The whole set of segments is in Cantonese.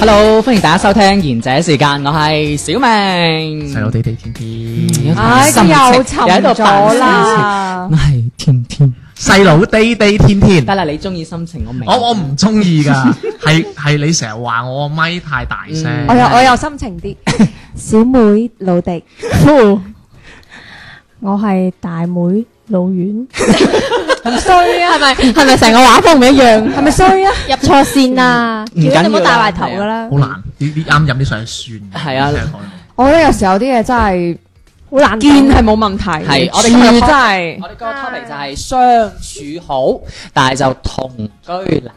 Hello，歡迎大家收聽賢者時間，我係小明，細佬地地天天，唉，佢又沉又喺度扮咗啦我。係天天。細佬地地天天得，啦，你中意心情我明。我我唔中意 㗎，係係你成日話我咪太大聲我，又我又心情 啲，小妹老迪，我係大妹老遠，咁衰啊， 係咪係咪成個畫風唔一樣？係咪衰啊？入錯線啦，唔緊要啦你唔好帶壞頭噶啦好，難。啲啲啱飲啲水係酸嘅，係啊聽講我覺得有時候有啲嘢真係好難見係冇問題，係我哋今日住開真係我哋個 topic 就係相處好，但係就同居難。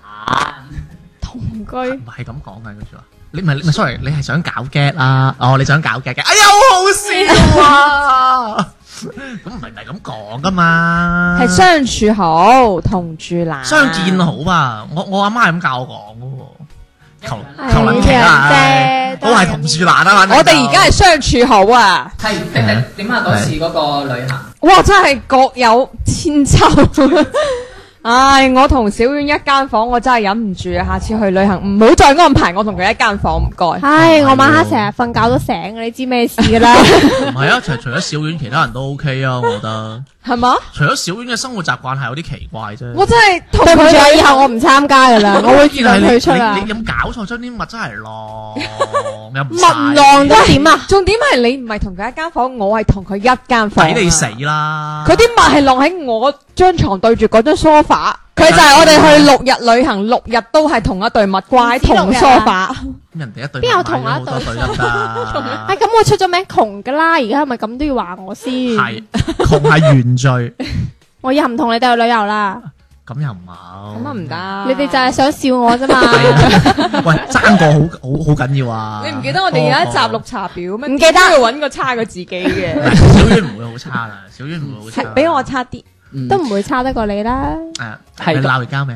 同居唔。係咁講嘅嗰句話。你唔係你唔係，sorry，你係想搞 get 啊？哦，你想搞 get 嘅，哎呀，好好笑啊！ 咁唔係唔係咁講㗎嘛，係相處好，同住難，相見好嘛。我我阿媽係咁教我講嘅喎，求哎求撚其啦，呀唉啫我係同樹難啊，反正我哋而家係相處好啊！係定定點啊嗰次嗰個旅行，哇，真係各有千秋。唉，我同小婉一間房，我真係忍唔住啊！下次去旅行唔好再安排我同佢一間房，唔該。唉，我晚黑成日瞓覺都醒嘅，你知咩事 噶啦？唔係啊，除除咗小丸，其他人都 OK 啊，我覺得。係嘛？除咗小丸嘅生活習慣係有啲奇怪啫。我真係同對唔佢住啊，旅以後行我唔參加噶啦，我會自見動係退出啊你。你你有冇搞錯？將啲物真係 浪，又唔勿浪都點啊？重點係你唔係同佢一間房，我係同佢一間房。抵你死！啦！佢啲襪係晾喺我張床對住嗰張 sofa，佢就係我哋去六日旅行，六日都係同一對襪掛喺同唔止六日啊 sofa。人哋一對邊有買同咗一好多對得唔得哎唉，？咁我出咗名窮噶啦，而家係咪咁都要話我先？ 係窮係原罪，我以後唔同你哋去旅遊啦，咁又唔好。咁啊唔得，你哋就係想笑我啫嘛。係 啊。喂，爭個好好好緊要啊！你唔記得我哋有一集綠茶婊咩？唔記得要揾個差過自己嘅， 多個？ 小丸唔會好差啦，小丸唔會好差啦。俾我差啲。都唔會差得過你啦。誒，係你鬧而家未？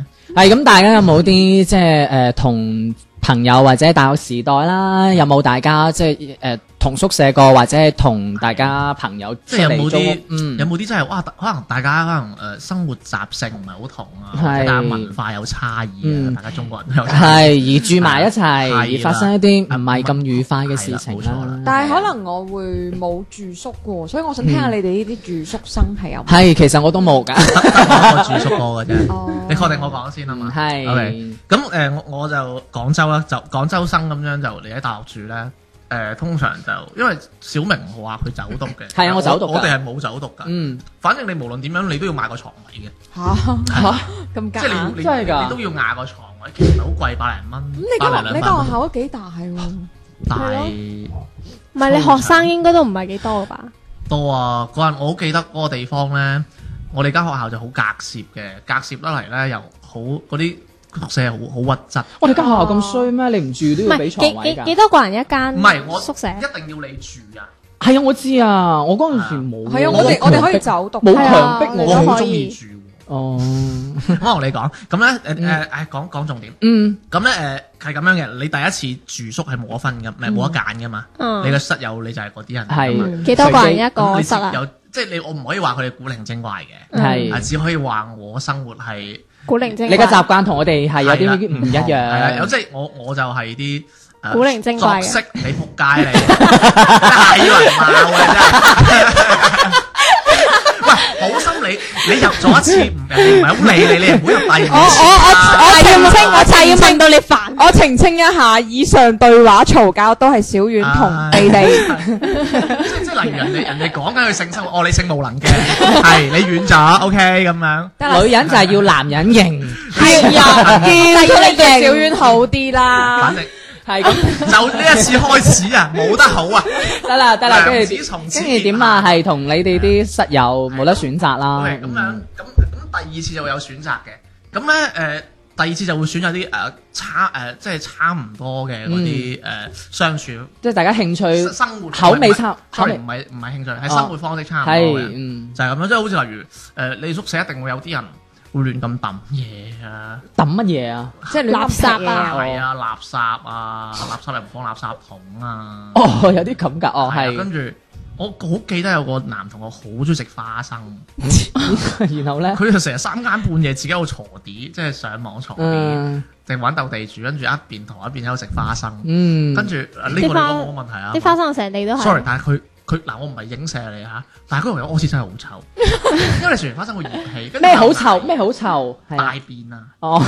係咁，大家有冇啲即係誒同朋友或者大學時代啦？有冇大家即係誒同宿舍過，或者係同大家朋友即係有出嚟冇租啲屋嗯有冇啲真係哇？可能大家可能誒呃生活習性唔係好同啊，係或者大家文化有差異啊嗯，大家中國人都有差異。係而住埋一齊，係而啦發生一啲唔係咁愉快嘅事情係啦冇錯啦啦。但係可能我會冇住宿喎，所以我想聽下你哋呢啲住宿生係有冇係，其實我都冇㗎。我住宿過嘅 啫，哦你確定我講先啊嘛？嗯係 OK，咁誒，我我就廣州啦，就廣州生咁樣就你喺大學住咧。誒通常就因為小明我話佢走讀嘅，係啊我走讀㗎我哋係冇走讀㗎。嗯，反正你無論點樣，你都要買個床位嘅，嚇係咁即係你夾要硬。你真係㗎你都要壓個床位，其實好貴，百零蚊咁你，百個零你兩個蚊學。校都幾大喎？但係咯係啊唔係你學生應該都唔係幾多吧？多啊！嗰陣我好記得嗰個地方咧，我哋間學校就好隔涉嘅，隔涉得嚟咧又好嗰啲宿舍好好屈質，我哋間學校咁衰咩？你唔住唔都要俾係床幾位幾幾㗎？多個人一間？唔係我宿舍。一定要你住啊！係啊，我知啊，我嗰陣時冇。係啊，我哋我哋可以走讀。冇係啊強迫你我都我。好可中意以住哦，喎。我同你講，咁咧誒誒誒講講重點，嗯，咁咧誒係咁樣嘅，你第一次住宿係冇得分嘅，唔係冇得揀嘅嘛。你嗯，嘅室友你就係嗰啲人，咁係幾多個人一咁個你室啊嗯自？有即係你我唔可以話佢哋古靈精怪嘅，啊係。只可以話我生活係。古靈精你怪。嘅習慣同我哋係有啲唔一係啦，有樣。即係我我就係啲誒古靈精怪嘅作息你仆街你，太以為鬧嘅真係。喂，好心你你入咗一次，唔人哋唔係好理你，你唔好入第二次。我我我我係要澄清，清，我我就係澄要清問。到你煩。我澄清一下，以上對話嘈交都係小遠同地地。即即係例如人哋人哋講緊佢性生活，哦你性無能嘅，係你遠咗，OK 咁樣。得啦女人就係要男人型。 係啊，叫但係出要你你對型 小遠好啲啦反。正係 咁就呢一次開始啊，冇得好啊。得啦得啦，跟梁住子從此跟住點啊？係同你哋啲室友冇得選擇啦。 OK，咁樣嗯咁咁第二次就會有選擇嘅。咁咧呃誒，第二次就會選擇啲誒差誒，即係差唔多嘅嗰啲誒相處即係大家興趣生活嗯口味差口 sorry 味唔係唔係興趣，哦係生活方式差唔多係嘅，嗯就係咁樣。即係好似例如呃誒，你宿舍一定會有啲人會亂咁抌嘢啊。抌乜嘢啊？即係垃圾啊哦係啊，垃圾啊，垃圾又唔放垃圾桶啊。哦， 有啲咁㗎，哦係啊係。跟住我好記得有個男同學好中意食花生， 然後咧，佢就成日三更半夜自己喺度鋤碟，即係上網鋤碟，嗯定玩鬥地主，跟住一邊鋤一邊喺度食花生，嗯，跟住啊呢個你啲花講冇問題啊。啲花生成地都 sorry，係。但係佢佢嗱我唔係影射你嚇，但係嗰條友屙屎真係好臭， 因為你食完花生會熱氣，跟住咩好臭？咩好臭？係大啊便啊！哦，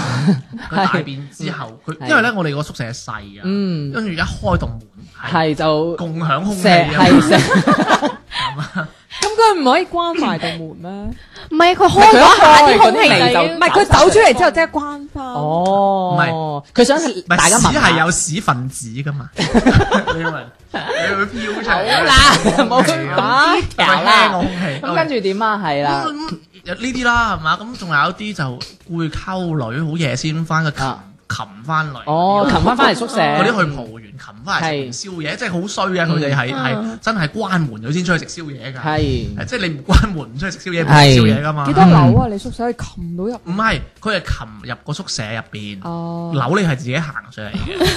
佢大便之後，佢係因為咧我哋個宿舍細啊，嗯跟住一開棟門係係就共享空氣射啊 係嘛，射，咁佢唔可以關埋道門咩？唔係佢開啊咗下啲空氣佢一開就就已經唔係佢走出嚟之後即係關翻。哦，佢想唔係大家聞屎下係有屎分子噶嘛， 你明？你會飄出嚟 嗱，空冇氣啊咁佢搞輕個啦。空氣。咁跟住點啊？係啦，咁有呢啲啦，係嘛？咁仲有啲就會溝女，好夜先翻嘅，擒啊擒翻嚟。哦，擒翻翻嚟宿舍，嗰啲去蒲園擒翻嚟係食完宵夜，即係好衰嘅。佢哋係係嗯真係關門咗先出去食宵夜㗎。係係即係你唔關門唔出去食宵夜，唔係食宵夜㗎嘛幾。多樓啊？你宿舍可以擒到入？唔係，佢係擒入個宿舍入邊。哦，樓你係自己行上嚟嘅，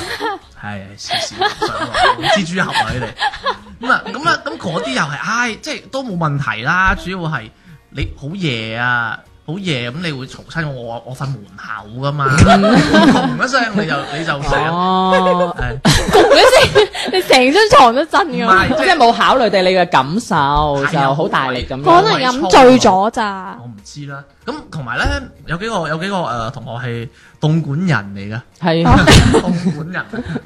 係黐線上樓蜘蛛俠啊你哋 咁啊咁啊咁嗰啲又係，唉，即係都冇問題啦。主要係你好夜啊，好夜咁你會嘈親我，我我瞓門 口噶嘛，砰一聲你就你就成日哦，係 你成張床都震唔㗎。係即 即係係冇考慮到你嘅感受，係就好大力咁可樣。能飲醉咗咋我，唔知啦。咁同埋咧有幾個有幾個誒、呃同學係東莞人嚟嘅。 係東莞人，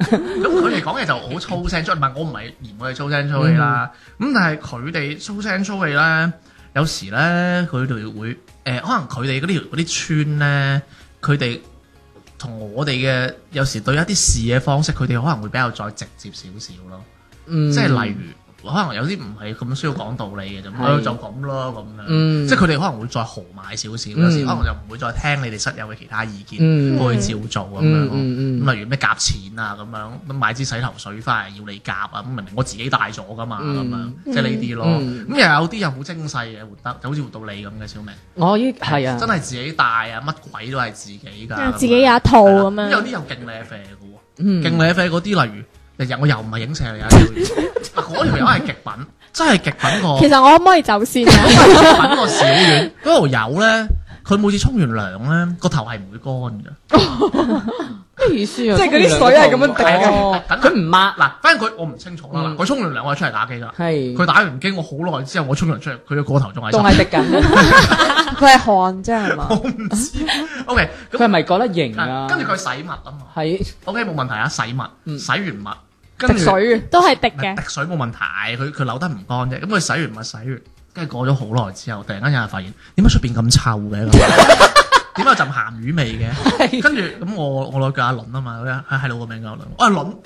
咁佢哋講嘢就好粗聲粗氣，唔係我唔係嫌佢哋粗聲粗氣啦。咁、但係佢哋粗聲粗氣咧，有時咧佢哋會誒、呃可能佢哋嗰啲嗰啲村咧，佢哋同我哋嘅有時對一啲事嘅方式，佢哋可能會比較再直接少少咯。嗯即係例如，可能有啲唔係咁需要講道理嘅啫，係咁就咁咯咁樣。嗯即係佢哋可能會再豪買少少，有時可能就唔會再聽你哋室友嘅其他意見，嗯會照做咁樣嗯咯。嗯嗯咁例如咩夾錢啊咁樣，咁買支洗頭水翻嚟要你夾啊，咁明明我自己帶咗噶嘛，咁嗯樣即係呢啲咯。嗯咁又有啲又好精細嘅活得，就好似活到你咁嘅小明，我依係啊真，係自己帶啊，乜鬼都係自己㗎。自己有一套係啦咁咁有樣啲。又勁靚啡嘅喎。嗯勁靚啡嗰啲，例如日日我又唔係影射你啊， 嗱嗰條友係極品，真係極 品個，其實我可唔可以走先啊？ 極品個小丸嗰條友咧，佢每次沖完涼咧個頭係唔會乾咩意思啊？即係嗰啲水係咁樣滴嘅哦佢唔抹㗎。嗱，反正佢我唔清楚啦。嗯嗱，佢沖完涼我係出嚟打機㗎，係佢打完機我好耐之後我沖涼出嚟，佢個個頭仲係仲濕。 係滴緊，佢係汗啫係嘛？ O K，佢 係咪覺得型啊？咁跟住佢洗襪啊嘛係，O K 冇問題啊，洗襪，嗯洗完襪跟滴住。水都係滴唔係嘅滴，水冇問題，佢佢扭得唔乾啫。咁佢洗完咪洗完，跟住過咗好耐之後，突然間有人發現點解出邊咁臭嘅咁 樣？點解有陣鹹魚味 嘅？跟住咁我我攞叫阿倫啊嘛，佢係老個名叫阿倫。我阿倫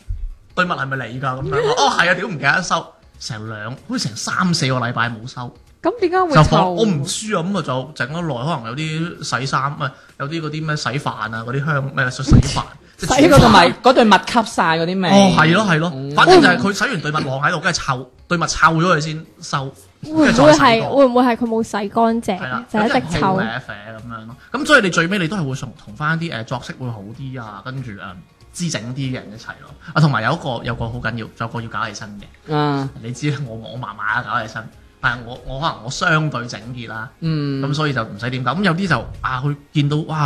對襪係咪你㗎？咁樣哦係啊，屌唔記得收。成兩好似成三四個禮拜冇收，咁點解就會放臭？我唔知啊，咁啊就整咗耐，可能有啲洗衫啊，有啲嗰啲咩洗飯啊，嗰啲香咩洗飯，即呢係煮個飯同埋嗰對襪吸晒嗰啲味。哦，係咯係咯嗯，反正就係佢洗完對襪晾喺度，梗係臭，對襪臭咗佢先收，會跟唔住會再洗係過。會唔會係佢冇洗乾係啦淨，，就一直有啲人臭會？舐舐咁樣咯。咁所以你最尾你都係會同同翻啲誒作息會好啲啊，跟住誒知整啲嘅人一齊咯。啊，同埋有一個有個好緊要，仲有個要搞起身嘅，嗯你知我我麻麻搞起身，但係我我可能我相對整潔啦，嗯咁所以就唔使點搞。咁有啲就啊，佢見到哇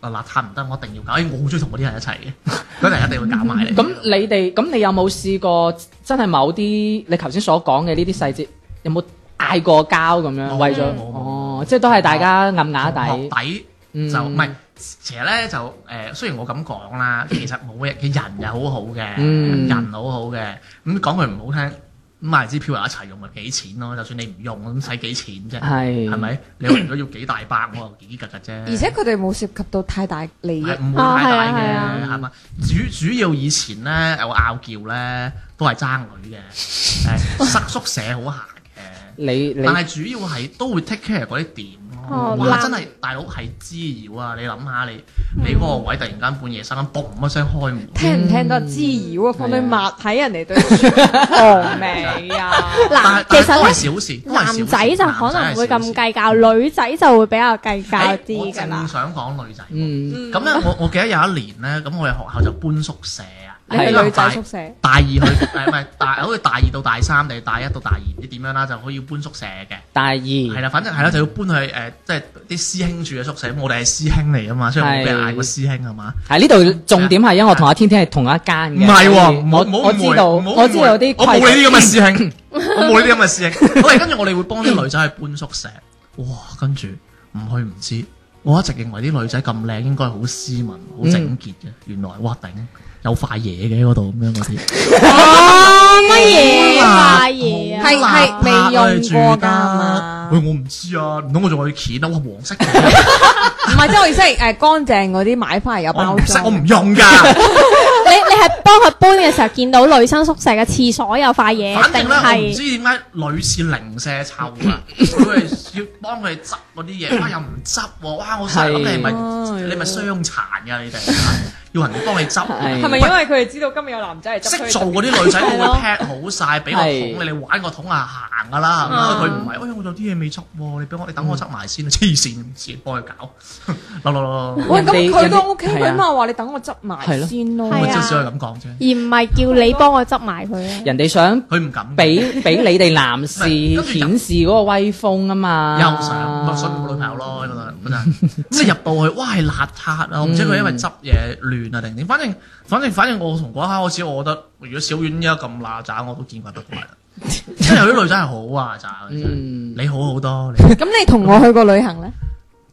啊邋遢唔得，我一定要搞。因為我好中意同嗰啲人一齊嘅，嗰啲人一定會搞埋你。咁你哋咁你有冇試過真係某啲你頭先所講嘅呢啲細節，有冇嗌過交咁樣？冇為咗冇冇哦，即係都係大家暗啞學底，底。嗯就唔係，其實咧就誒、呃，雖然我咁講啦，其實冇嘢，嘅人又好好嘅，嗯人好好嘅，咁講句唔好聽，買支票又一齊用咪幾錢咯？就算你唔用咁使幾錢啫，係係咪？你話如果要幾大百，我又幾吉吉啫。而且佢哋冇涉及到太大利益，嗯係唔會啊太大係啊係啊嘅，係嘛？主主要以前咧有拗撬咧，都係爭女嘅， 誒塞宿舍好閒嘅，你你但係主要係都會 take care 嗰啲點咯。哦哇！嗱真係大佬係滋擾啊！你諗下你你嗰個位突然間半夜三更嘣一聲開門，聽唔聽到滋擾啊？放對襪睇人哋對書，哦未啊？但嗱係，但係其都係實小事，都咧係小事男仔就可能會咁計較，女仔就會比較計較男仔係小事誒我啲㗎正啦。想講女仔喎，嗯咁咧我我記得有一年咧，咁我哋學校就搬宿舍啊，你係係女大仔宿舍，大二去誒唔係大好似大二到大三定係大一到大二唔知點樣啦，就可以搬宿舍嘅。大二係啦，反正係啦，就要搬去誒、即係啲師兄住嘅宿舍。咁我哋係師兄嚟噶嘛，所以我冇俾人嗌過師兄係嘛。係呢度重點係因為我同阿天天係同一間嘅，啊唔係所喎，以唔好我唔好我誤知會道唔好我知道誤會啲我冇規矩你啲咁嘅師兄，我冇你啲咁嘅師兄。好啦，跟住我哋會幫啲女仔去搬宿舍。哇，跟住唔去唔知，我一直認為啲女仔咁靚應該好斯文、好整潔嘅，原來哇頂有塊嘢嘅嗰度咁樣嗰啲。哦，乜嘢好啊難嘢啊？係係未用過㗎嘛喂，我唔知啊，唔通我仲要鉗啊？哇，黃色嘅，唔係即係我意思係誒乾淨嗰啲買翻嚟有我包唔識，我裝。唔用㗎。你你係幫佢搬嘅時候見到女生宿舍嘅廁所有塊嘢，反正定咧，我唔係知點解女士零舍臭啊，佢係要幫佢哋執嗰啲嘢，哇又唔執喎，哇我成日諗你係咪係你係咪傷殘㗎？你哋 要人哋幫你執係。係咪因為佢哋知道今日有男仔嚟執識佢做哋？嗰啲女仔佢係咯會 pack 好晒，俾個係桶你，你玩個桶啊行噶啦，係嘛佢唔係，哎呀我有啲嘢未執喎，你俾我，你等我執埋先啊，黐線唔知幫佢搞， 落落落落，喂，人咁哋佢都人哋 OK 係啊㗎嘛？話你等我執埋係咯先咯。係我啊至少係咁講啫，而唔係叫你幫我執埋佢啊？人哋想佢唔敢俾 俾你哋男士唔係跟住入顯示嗰個威風啊嘛，又想，咪所以冇女朋友咯，嗰陣嗰陣，即係入到去，哇係邋遢嗯啊！我唔知佢因為執嘢亂啊定點，反正反正反正我從嗰一刻開始，我覺得如果小丸依家咁邋遢，我都見怪不怪啦。因為有啲女仔係好邋遢嘅，真係嗯你好好多，你咁你同我去過旅行咧？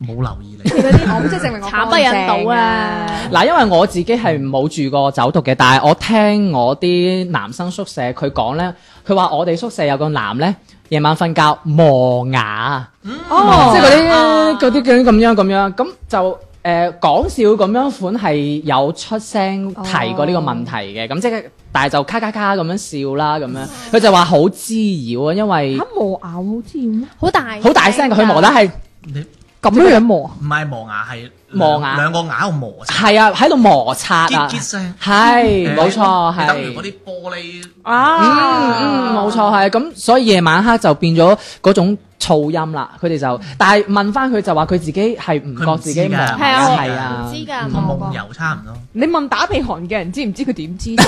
冇留意 你。嗰啲哦我即係啊證明我慘不忍睹啊！嗱，因為我自己係冇住過走讀嘅，但係我聽我啲男生宿舍佢講咧，佢話我哋宿舍有個男咧，夜晚瞓覺磨牙，啊哦，即係啊嗰啲嗰啲咁咁樣咁樣，咁就誒講笑咁樣款係有出聲提過呢個問題嘅，咁即係但係就咔咔咔咁樣笑啦咁樣，佢就話好滋擾啊，因為嚇磨牙好似咩？好大好大聲嘅，佢磨得係你咁樣樣磨啊？唔係磨牙係磨牙兩個牙喺度磨 啫，係啊喺度摩擦結啊，結聲。係冇錯你等於係嗰。啲玻璃。啊啊嗯嗯，冇錯係咁，所以夜晚黑就變咗嗰種噪音啦。佢哋就，但係問翻佢就話佢自己係唔覺自己忙，佢唔知㗎係啊，係啊我唔知，㗎，同冇夢遊差唔嗯多，你問打鼻鼾嘅人知唔知佢點 知啫？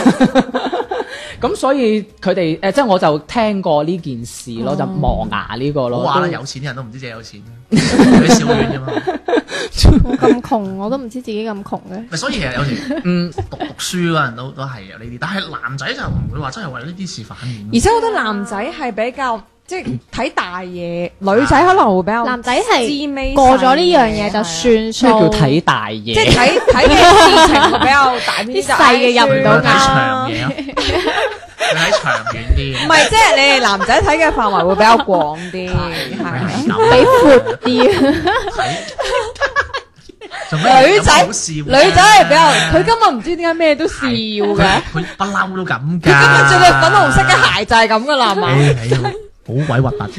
咁所以佢哋誒，即係我就聽過呢件事咯，就磨牙呢個我咯。話啦，都有錢人都唔知自己有錢， 你小院啫嘛。我咁窮，我都唔知自己咁窮嘅。咪所以其實有時嗯，讀讀書嗰人都都係有呢啲，但係男仔就唔會話真係為呢啲事反面。而且我覺得男仔係比較即係睇大嘢，女仔可能會比較男仔係滋味細過咗呢樣嘢啊就，算咩數。叫睇大係啊即係嘢？睇睇嘅事情會比較大啲， 啲細嘅入唔到睇眼長嘢啊，你睇長遠啲。唔係即係你哋男仔睇嘅範圍會比較廣 啲，係係咁俾闊啲。做咩女仔有冇事喎女仔係比較，佢根本唔知點解咩都笑佢，嘅佢不嬲都咁㗎。佢根本着對粉紅色嘅鞋就係咁噶啦，係嘛？唉，係啊好鬼核突啊！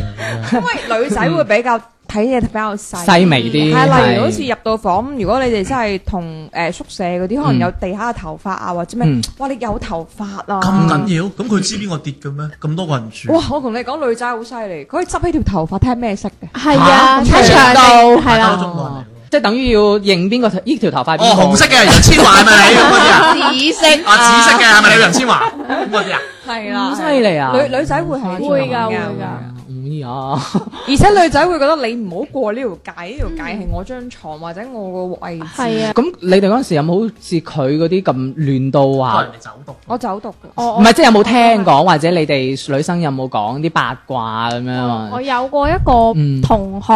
因為女仔會比較睇嘢比較細。細微啲，係，例如好似係入到房，如果你哋真係同誒宿舍嗰啲，可能有地下嘅頭髮啊，或者咩嗯，哇！你有頭髮咁啊，緊要，咁佢知邊個跌嘅咩？咁多個人住，哇！我同你講，女仔好犀利，佢可以執起條頭髮睇下咩色嘅，係啊，嚇睇長度係大家啦都。中國人嚟喎即係等於要認邊個頭呢條頭髮邊個哦，紅色嘅楊千嬅係咪你嗰啲啊？紫色啊，紫色嘅係咪你楊千嬅咁嗰啲啊？係好犀利啊！女女仔會係會㗎咁會樣㗎㗎，哎呀， 而且女仔會覺得你唔好過呢條界，呢條界係我張床或者我個位置。係啊，咁你哋嗰陣時有冇好似佢嗰啲咁亂到話幫？人哋走讀。我走讀㗎，我唔係，即係有冇聽講，或者你哋女生有冇講啲八卦咁樣我我啊？有過一個嗯同學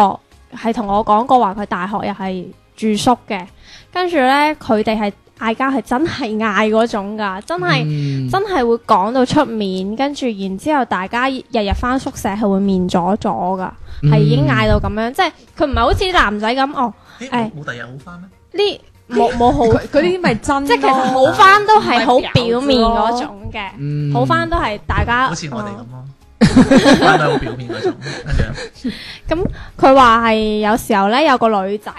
係同我講過話，佢大學又係住宿嘅，跟住咧佢哋係嗌交係真係嗌嗰種㗎，真係、嗯真係會講到出面，跟住然之後大家日日翻宿舍係會面咗咗㗎，係已嗯經嗌到咁樣，即係佢唔係好似啲男仔咁哦，誒誒哎冇冇第日好翻咩？呢冇冇好，佢嗰啲咪真咯，即係其實好翻都係好唔係婊子表面咯嗰種嘅，嗯好翻都係大家好似我哋哦咁咯，翻到好表面嗰種，跟住咁佢話係有時候咧有個女仔，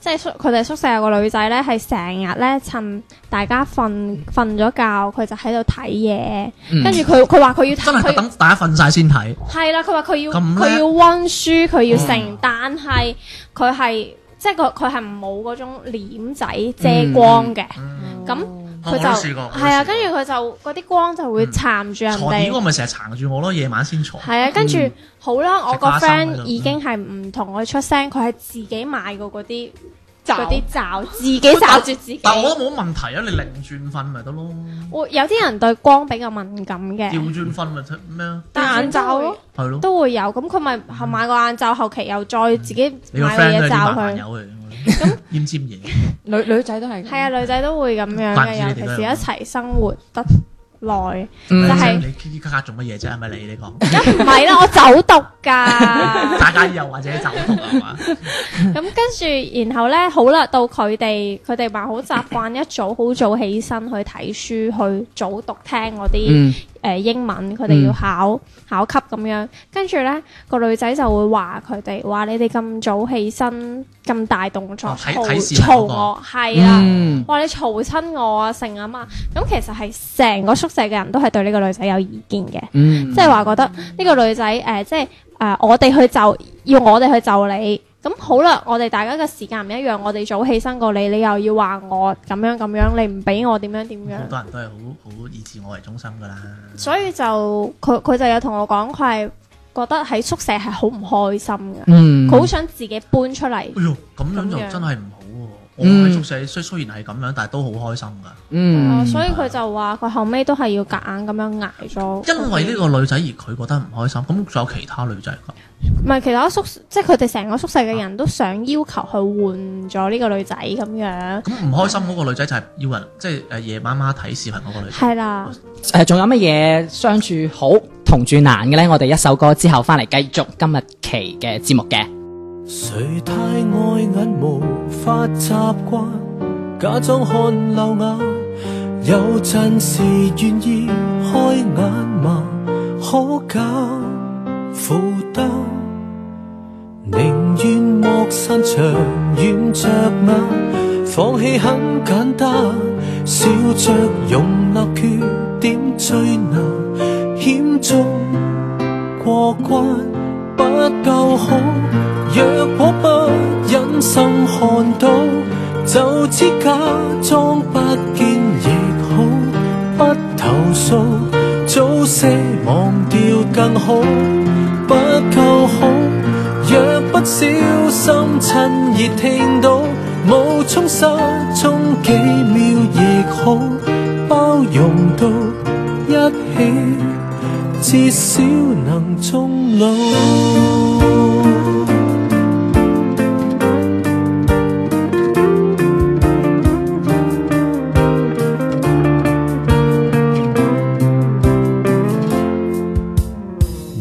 即係宿佢哋宿舍有個女仔咧，係成日咧趁大家瞓瞓咗覺，佢就喺度睇嘢，嗯跟住佢佢話佢要真係特佢登大家瞓晒先睇，係啦，佢話佢要咁叻佢要温書，佢要成嗯，但係佢係即係佢佢係冇嗰種簾仔遮光嘅，嗯咁我佢我都就試過，我都係啊，試過跟住佢就嗰啲光就會嗯撐住人床墊哋嗰。個咪成日撐住我咯，夜晚先床。係啊，跟住、嗯好啦，我食個花生喺 friend 度已經係唔同佢出聲，佢係自己買過嗰啲罩嗰啲罩，自己罩住自己。但我覺得冇問題啊，你擰轉瞓咪得咯，會有啲人對光比較敏感調嘅，轉瞓咪出咩啊？但眼罩咯係咯，都會有。咁佢咪後買個眼罩，後期又再自己嗯你個買個 friend 都嘢係啲啊罩麻煩友佢。嚟嘅，咁奄尖嘢，女女仔都係咁係啊，女仔都會咁樣但嘅，係尤你其哋都是有一齊生活得耐。嗯就係你 K K 卡卡做乜嘢啫？係咪你你講？咁唔係啊啦，我走讀 㗎。 大家又或者走讀係嘛？ 咁跟住，然後咧，好啦，到佢哋，佢哋話好習慣一早好早起身去睇書，去早讀聽嗰啲嗯誒英文，佢嗯哋要考考級咁樣。跟住咧，個女仔就會話佢哋話你哋咁早起身，咁大動作，哦睇嘈睇視頻嗰個嘈我，係啊。嗯話你嘈親我啊，成啊嘛，咁其實係成個宿舍嘅人都係對呢個女仔有意見嘅，嗯即係話覺得呢個女仔誒、呃即係誒、呃我哋去就要我哋去就你，咁好啦，我哋大家嘅時間唔一樣，我哋早起身過你，你又要話我咁樣咁樣，你唔俾我點樣點好樣，多人都係好好以自我為中心㗎啦。所以就佢佢就有同我講，佢係覺得喺宿舍係好唔開心嘅，嗯佢好、想自己搬出嚟。哎呦，咁樣就咁樣真係唔好喎。我嗯喺宿舍雖雖然係咁樣，但係都好開心㗎。嗯呃所以佢就話佢後尾都係要夾硬咁樣捱咗。因為呢個女仔而佢覺得唔開心，咁仲有其他女仔㗎。唔係其他宿，即係佢哋成個宿舍嘅人都想要求去換咗呢個女仔咁樣，咁唔開心嗰個女仔就係要人，即係誒夜媽媽睇視頻嗰個女 仔。係啦。誒，呃仲有乜嘢相處好同住難嘅呢？我哋一首歌之後翻嚟繼續今日期嘅節目嘅。谁太礙眼無法習慣，假裝看漏眼。有陣時願意開眼嘛，可減負擔，寧願莫散長遠着眼，放棄很簡單，笑着容納缺點最難，險中。過關不夠好。若果不忍心看到，就只假裝不見亦好，不投訴，早些忘掉更好。不夠好，若不小心趁熱聽到，冒充失蹤幾秒亦好，包容到一起。至少能終老。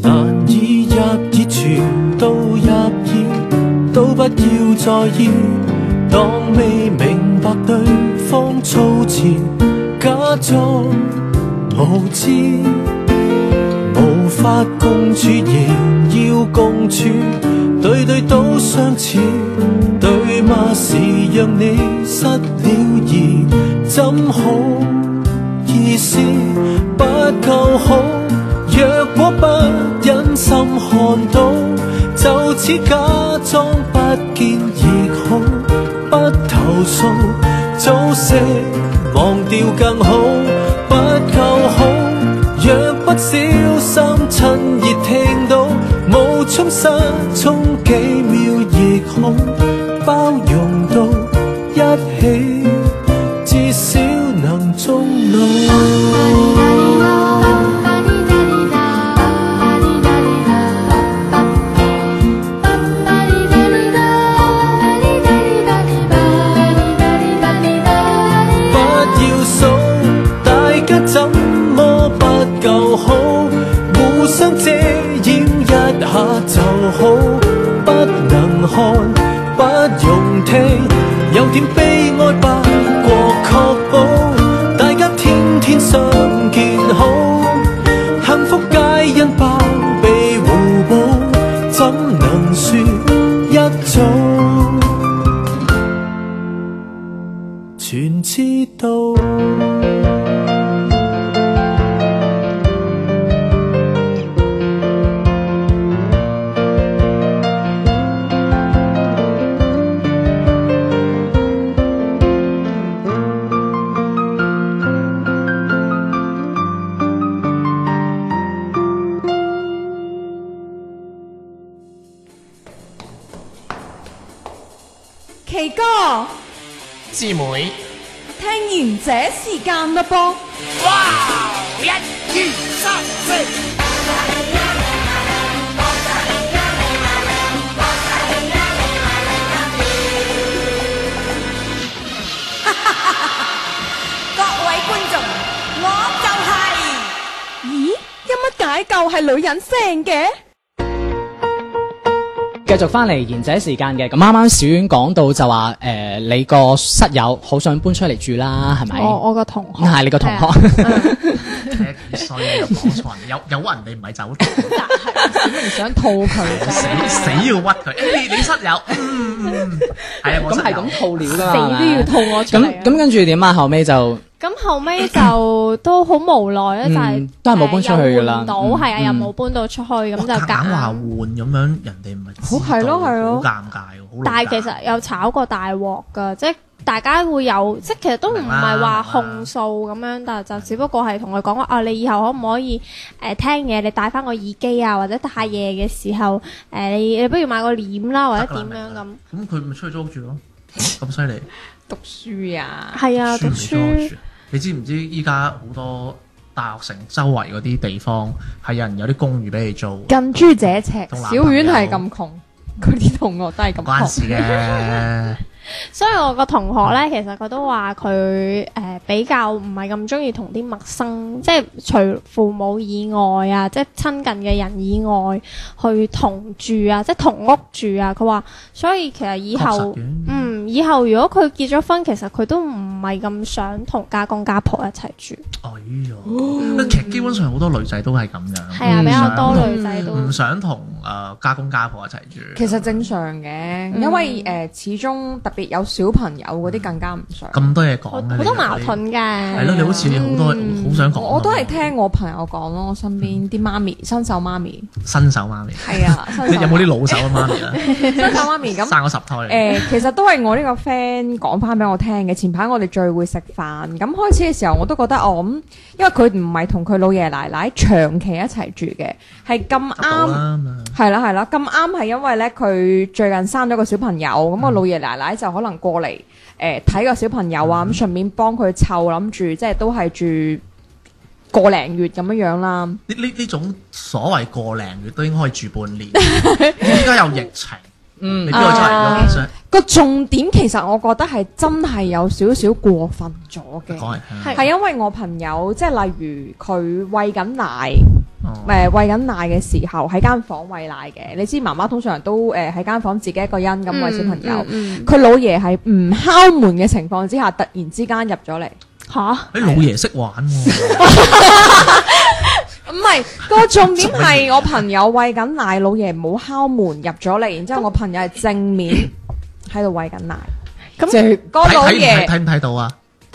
難以入耳，全都入耳，都不要在意。當未明白對方措辭，假裝無知。無法共處，仍要共處，對對都相似，對罵時讓你失了意，怎好意思？不夠好，若果不忍心看到，就此假裝不見亦好，不投訴，早些忘掉更好，不夠好。若不小心趁熱聽到，冒充失蹤幾秒亦好，包容到一起，至少能終老。不就好，不能看，不用聽，有點悲哀不過確保，大家天天相見好，幸福皆因包庇互補，怎能説一早全知道？奇哥，師妹，聽完這時間 嘞噃。各位觀眾，我就係咦，有乜解救係女人聲嘅？繼續翻嚟賢者時間嘅，咁啱啱小婉講到就話誒、呃你個室友好想搬出嚟住啦，係咪？啊我我個同學啊係你個同學，睇下幾衰啊！講錯人，有有人你唔係走佬，唔想套佢 死死要屈佢。誒你你室友，嗯，係啊，我咁室係友咁套料㗎死嘛都要套我出嚟咁啊。咁跟住點啊？後尾就咁後尾 就都好無奈啊啦，就係嗯都係冇搬出去㗎啦誒又換唔到嗯係啊，又嗯冇搬到出去，咁就我夾硬話夾換硬。咁樣，人哋唔係好係咯係咯好尷尬啊喎，好但係係其實有炒過大鑊㗎，即係大家會有，即係其實都唔係話控訴咁樣，但係就只不過係同佢講話啊，你以後可唔可以誒、呃、聽嘢你戴翻個耳機啊，或者太夜嘅時候誒、呃你你不如買個簾啦，或者點樣咁。咁佢咪出去租屋住咯，咁犀利。讀書啊，係啊，讀書唔多書住。你知唔知依家好多大學城周圍嗰啲地方係有人有啲公寓俾你租？近朱者赤。同男朋小友丸係咁窮，佢啲同學都係咁唔關窮。事嘅，所以我個同學咧，其實佢都話佢誒比較唔係咁中意同啲陌生，即係除父母以外啊，即係親近嘅人以外去同住啊，即係同屋住啊。佢話，所以其實 以確實後嘅嗯，以後如果佢結咗婚，其實佢都唔係咁想同家公家婆一齊住，哎呀，其實基本上好多女仔都係咁樣，係啊，嗯比較多女仔都唔想同誒家公家婆一齊住。其實正常嘅，因為呃誒始終特別有小朋友嗰啲更加唔想。咁多嘢講好嘅，好多矛盾係嘅。嗯咯，你好似你好多好想講。啊我我都係聽我朋友講咯，我身邊啲媽咪，新手媽咪，新手 媽咪，係啊，新你手有冇啲老手嘅媽咪啊？ 新手媽咪咁生咗十胎嚟。誒、其實都係我呢個 friend 講翻俾我聽嘅。前排我哋聚會食飯，咁開始嘅時候我都覺得哦咁，因為佢唔係同佢老爺奶奶長期一齊住嘅，係咁好啦啱。咁啊係啦係啦，咁啱係因為咧佢最近生咗個小朋友，咁嗯個老爺奶奶就可能過嚟誒睇個小朋友啊，嗯咁順便幫佢湊，諗住即係都係住個零月咁樣樣啦。呢呢呢種所謂個零月都應該可以住半 年，依家有疫情，嗯你邊度出嚟喐啫？個重點其實我覺得係真係有少少過分咗嘅。啊講嚟嗯聽下。係係因為我朋友，即係例如佢喂緊奶，哦誒、呃、喂緊奶嘅時候喺間房喂奶嘅，你知媽媽通常都誒喺間房自己一個人咁嗯喂嗯小朋嗯友，佢、老爺係唔敲門嘅情況之下，突然之間入咗嚟，吓，你老爺識玩喎，唔係個重點係我朋友喂緊奶，老爺冇敲門入咗嚟，然之後我朋友係正面喺度喂緊奶，咁啊即係個睇睇老唔睇爺睇唔睇到啊？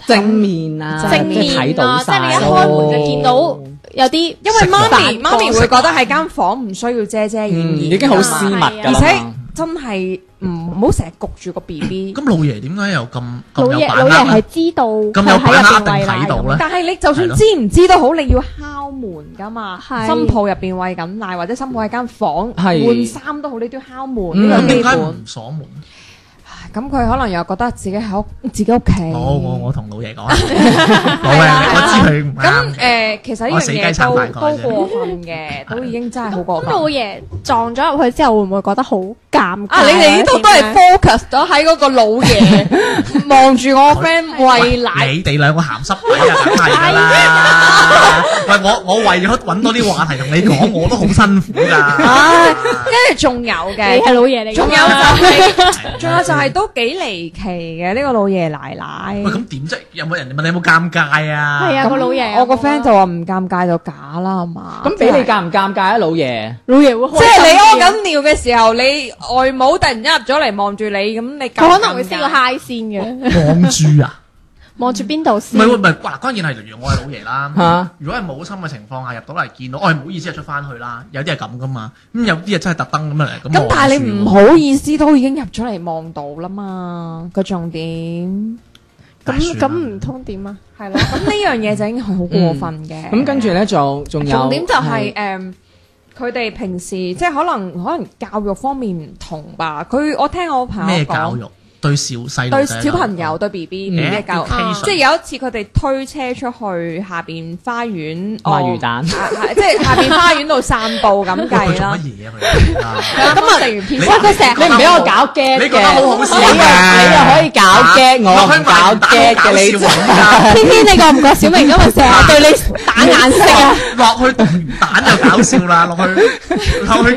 正面啊，正面啊即係睇到晒即係你一開門就見到咯有啲因為媽咪食飯媽咪會覺得喺間房唔需要遮遮掩嗯掩，已經好私密㗎而啦且啊嘛。真係唔唔好成日焗住個 B B。咁老爺點解又咁老咁有爺把老握爺咧係？知道咁佢有把握喺入一邊啊定喂奶睇到咁咧？但係你就算係咯知唔知都好，你要敲門噶嘛。係新抱入邊喂緊奶，或者新抱喺間房係換衫都好，你都要敲門嗯呢咁個基點解本。唔鎖門？咁佢可能又覺得自己喺屋自己屋企。我我我同老爺 講，老爺我知佢唔啊咁啱嘅。誒，其實呢我樣死雞撐嘢都大概都啫過分 嘅，都已經真係好過咁老分。爺撞咗入去之後，會唔會覺得好尷尬啊 啊！你哋呢度都係 focus 咗喺嗰個老爺，望住我 friend 喂奶，你哋兩個鹹濕鬼 啊，梗係㗎啊啦！喂，我我為咗揾多啲話題同你講，我都好辛苦㗎。唉，跟住仲有嘅，你係老爺嚟㗎嘛，仲有就係，仲有就係都幾離奇嘅呢個老爺奶奶喂，。咁點啫？有冇人問你有冇尷尬啊？ 係啊個老爺我個 friend 就話唔尷尬就假啦，係嘛？咁俾你尷唔尷尬啊，老爺？老爺會開即係你心啲屙啊緊尿嘅時候，你外母突然間入咗嚟望住你，咁你佢可能會識個 high 先嘅，望住啊！望住邊 度唔先。係喎，唔係，嗱，關鍵係例如我係老 爺啦嚇。如果係冇心嘅情況下入到嚟見到，我係唔好意思啊，出翻去啦。有啲係咁噶嘛，咁有啲啊真係特登咁嚟咁。咁但係你唔，好意思都已經入咗嚟望到啦嘛，個重點咁咁唔通點啊？係咯。咁呢樣嘢就已經係好過分嘅。嗯咁跟住咧，仲仲有重點就係誒，佢哋平時即係可能可能教育方面唔同吧。佢我聽我朋友咩教講，育對小細路對仔小朋友對 B B 嗯嘅教育。 education 即係有一次佢哋推車出去下邊花賣園哦魚蛋啊啊即係下邊花園度散步咁喂佢計做 乜。啦嘢啊？ 佢啊咁啊，食完 p 你佢成日你唔俾我搞 g 嘅，你覺得好好笑你又你又可以搞 g 啊我唔搞 g 嘅你落去賣魚蛋好搞笑啊天天你覺唔覺小明今日成日對你打眼色啊？落去 燉 蛋就搞笑啦，落去落去可能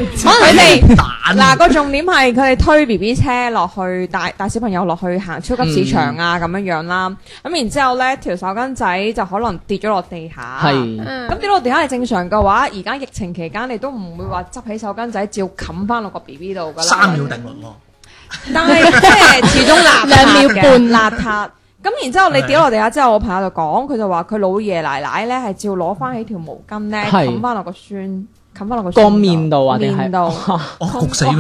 你哋蛋嗯嗱，個重點係佢哋推 B B 車落去帶帶小朋友落去行超級市場嗯啊咁樣樣啦，咁然之後咧條手巾仔就可能跌咗落地下，係咁跌落地下係正常嘅話，而家疫情期間你都唔會話執起手巾仔照冚翻落個 B B 度㗎啦，三秒定律喎，但 係即係始終邋兩秒半邋遢。咁然之後你跌落地下之後，我朋友就講，佢就話佢老爺奶奶咧係照攞翻起條毛巾咧係冚翻落個孫，冚翻落個個孫面度啊，定 面度係我焗死佢，個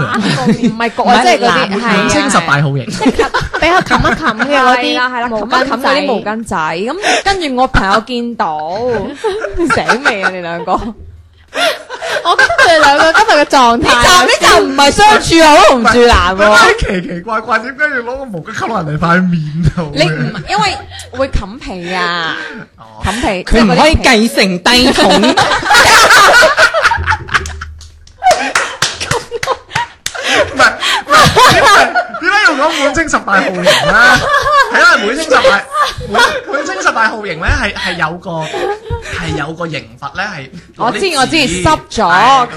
面唔係唔係焗，即係嗰啲藍係啊年青十係啊大好型， 俾佢冚一冚嘅 嗰係啦係啦，啲毛冚一冚嗰啲巾仔，毛巾仔，咁跟住我朋友見 到醒未啊？你兩個，呢我覺得佢哋兩個今日嘅狀態，就呢就唔係相處好同住難喎。奇奇怪怪，點解要攞個毛巾冚落人哋塊面度你唔因為會冚被啊，冚被佢唔可以即係嗰啲被繼承帝統，唔係唔係，點解要講滿清十大酷刑咧？係因為滿 清十大滿滿清十大酷刑咧，係係有個係有個刑罰咧，係我知我知攞啲紙濕咗係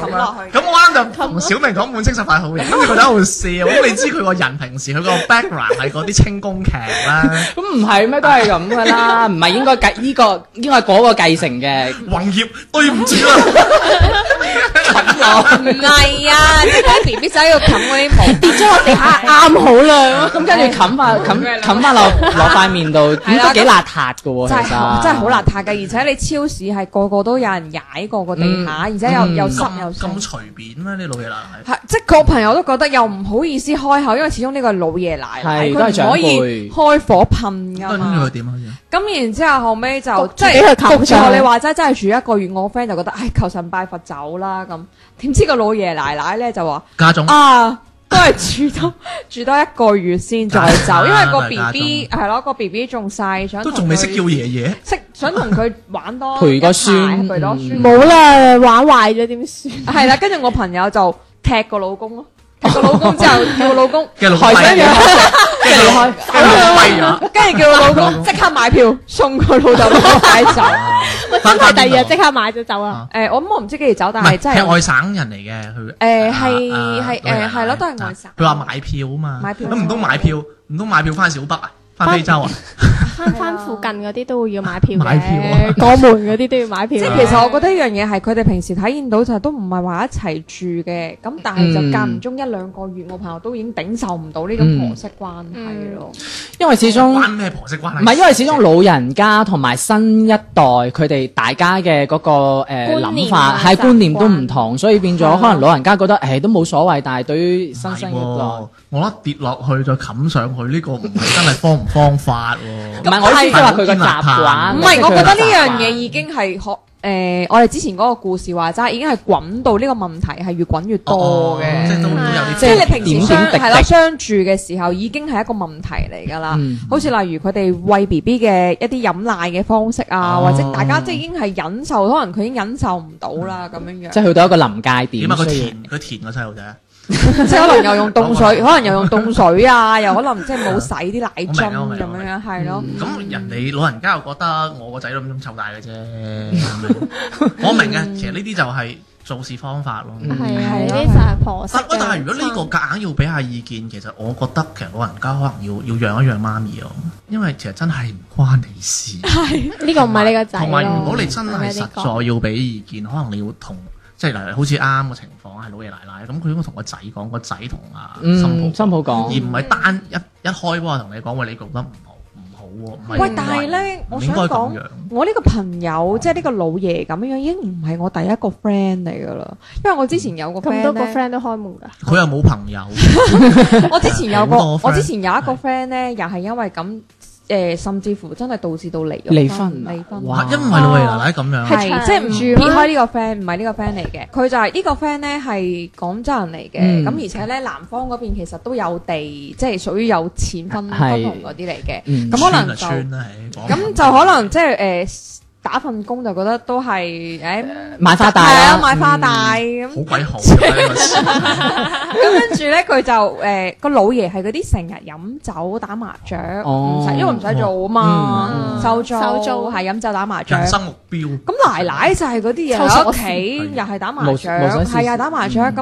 冚落咁樣咁去我啱就同小明講滿清十大酷刑，跟住佢喺度笑。咁你知佢個人平時佢個 background 係嗰啲清宮劇 啦， 咁唔係咩都係咁噶啦，唔係應該繼呢個應該係嗰個繼承 嘅，宏業對唔住啊，唔係啊，即係 B B 仔要冚嗰啲毛 跌咗落地啊下啱好啦。咁跟住冚翻冚冚翻落落塊面度，咁都幾邋遢噶喎，真係其實真係好邋遢嘅，而且你超市係個個都有人踩過個地下，而且又嗯又濕又咁剩咁隨便咩？呢老嘢奶奶係即係我朋友都覺得又唔好意思開口，因為始終呢個係老爺奶奶，係都係佢唔長可以輩開火噴噶跟住 佢嘛。點啊？好似咁然之後後尾就即俾係佢冚焗住上我你話齋真係住一個月，我 friend 就覺得唉求神拜佛走啦咁。點知個老爺奶奶咧就話家種啊都係住多 住多一個月先啊再走，因為個都係家 B B 係咯個 B B 仲細，想都仲未識同佢叫爺爺。識想同佢玩多陪個一排孫陪多嗯孫冇啦，玩壞咗點 算？係啦，跟住我朋友就踢個老公咯，踢個老公之 後叫個老公，嘅老害死跛佢咗，跟住老跟住老跛咗。跟住叫個老公即刻買票送個老豆老母帶走。我真係第二日即刻買咗走啊！誒，我咁我唔知幾時走，但唔係係真係係外省人嚟嘅，佢誒係啊係啊誒係咯都係外省佢話買票啊嘛，買票咁唔通買票唔通買票翻小北啊，翻非洲啊？翻翻附近嗰啲都會要買票買票啊嘅， 過門嗰啲都要買票即啊嘅。係其實我覺得一樣嘢係佢哋平時體驗到就係都唔係話一齊住嘅，咁但係就嗯間唔中一兩個月，我朋友都已經頂受唔到呢種婆媳關係咯。因為始終。關咩婆媳關係？唔係，因為始終老人家同埋新一代佢哋大家嘅嗰、個誒觀諗、念法啊係習觀念都慣唔同，所以變咗可能老人家覺得誒都冇所謂，但係對於唔新係生一喎代。我覺得跌落去再冚上去呢個唔係真係方唔方法喎。唔係我意思即係話佢個係好堅習慣唔硬係，我覺得呢樣即係佢嘅習嘢慣已經係學誒，我哋之前嗰個故事話齋已經係滾到呢個問題係越滾越 Ờ, 多哦嘅即。係都都有啲即係你平時相點點滴滴係啦相處嘅時候已經係一個問題嚟㗎啦。嗯好似例如佢哋喂 B B 嘅一啲飲奶嘅方式啊，哦或者大家即係已經係忍嗯受，可能佢已經忍受唔到啦咁樣樣。即係去到一個臨界點。點啊？佢需要填佢填個細路仔，即係可能又用凍 水，可能又用凍水啊，又可能即係冇洗啲奶我明樽啊我咁明我明嗯樣樣，係咯。咁人哋老人家又覺得我個仔都咁湊大嘅啫，我明嘅。其實呢啲就係做事方法咯。嗯係啊，係呢咯啲就係啊婆媳啊但喂，嘅但係如果呢個夾硬要俾下意見，其實我覺得其實老人家可能要要讓一讓媽咪咯，因為其實真係唔關你事。呢個唔係你個仔咯同埋如果你真係係呢實個在要俾意見，可能你要同即係嗱，好似啱嘅情況係老爺奶奶咁，佢應該同個仔講，個仔同阿新嗯，抱新講，抱而講，唔係單一一開波同你講，喂，你覺得唔好唔好喎。唔係喂唔，但係咧，唔我應想該講咁樣。我呢個朋友，即係呢個老爺咁樣，已經唔係我第一個 friend 嚟噶啦。因為我之前有個咁 friend 多個咧， friend 都開門㗎，佢又冇朋友，我之前有個，好多 friend 我之前有一個 friend 咧，又係因為咁，誒，甚至乎真係導致到離咗離婚啊離婚。哇因為老爺奶奶咁樣，係長即係唔住撇嗎開呢個 friend，唔係呢個 friend 嚟嘅。佢就係呢個 friend 咧係廣州人嚟嘅，嗯咁、而且咧南方嗰邊其實都有地，即係屬於有錢分分係紅嗰啲嚟嘅。嗯咁可能就村啦，係講咁就可能即係誒打份工就覺得都係誒。買花大係啦，嗯啊，買花大好咁，鬼好 嘅呢個事咁跟住咧佢就誒個老爺係嗰啲成日飲酒打麻雀，哦唔使因為唔使做啊嘛嗯，收租收租係飲酒打麻雀。人生目標。咁奶奶就係嗰啲嘢抽喺鎖屋匙企又係打麻無雀，無所事事係啊打麻雀嗯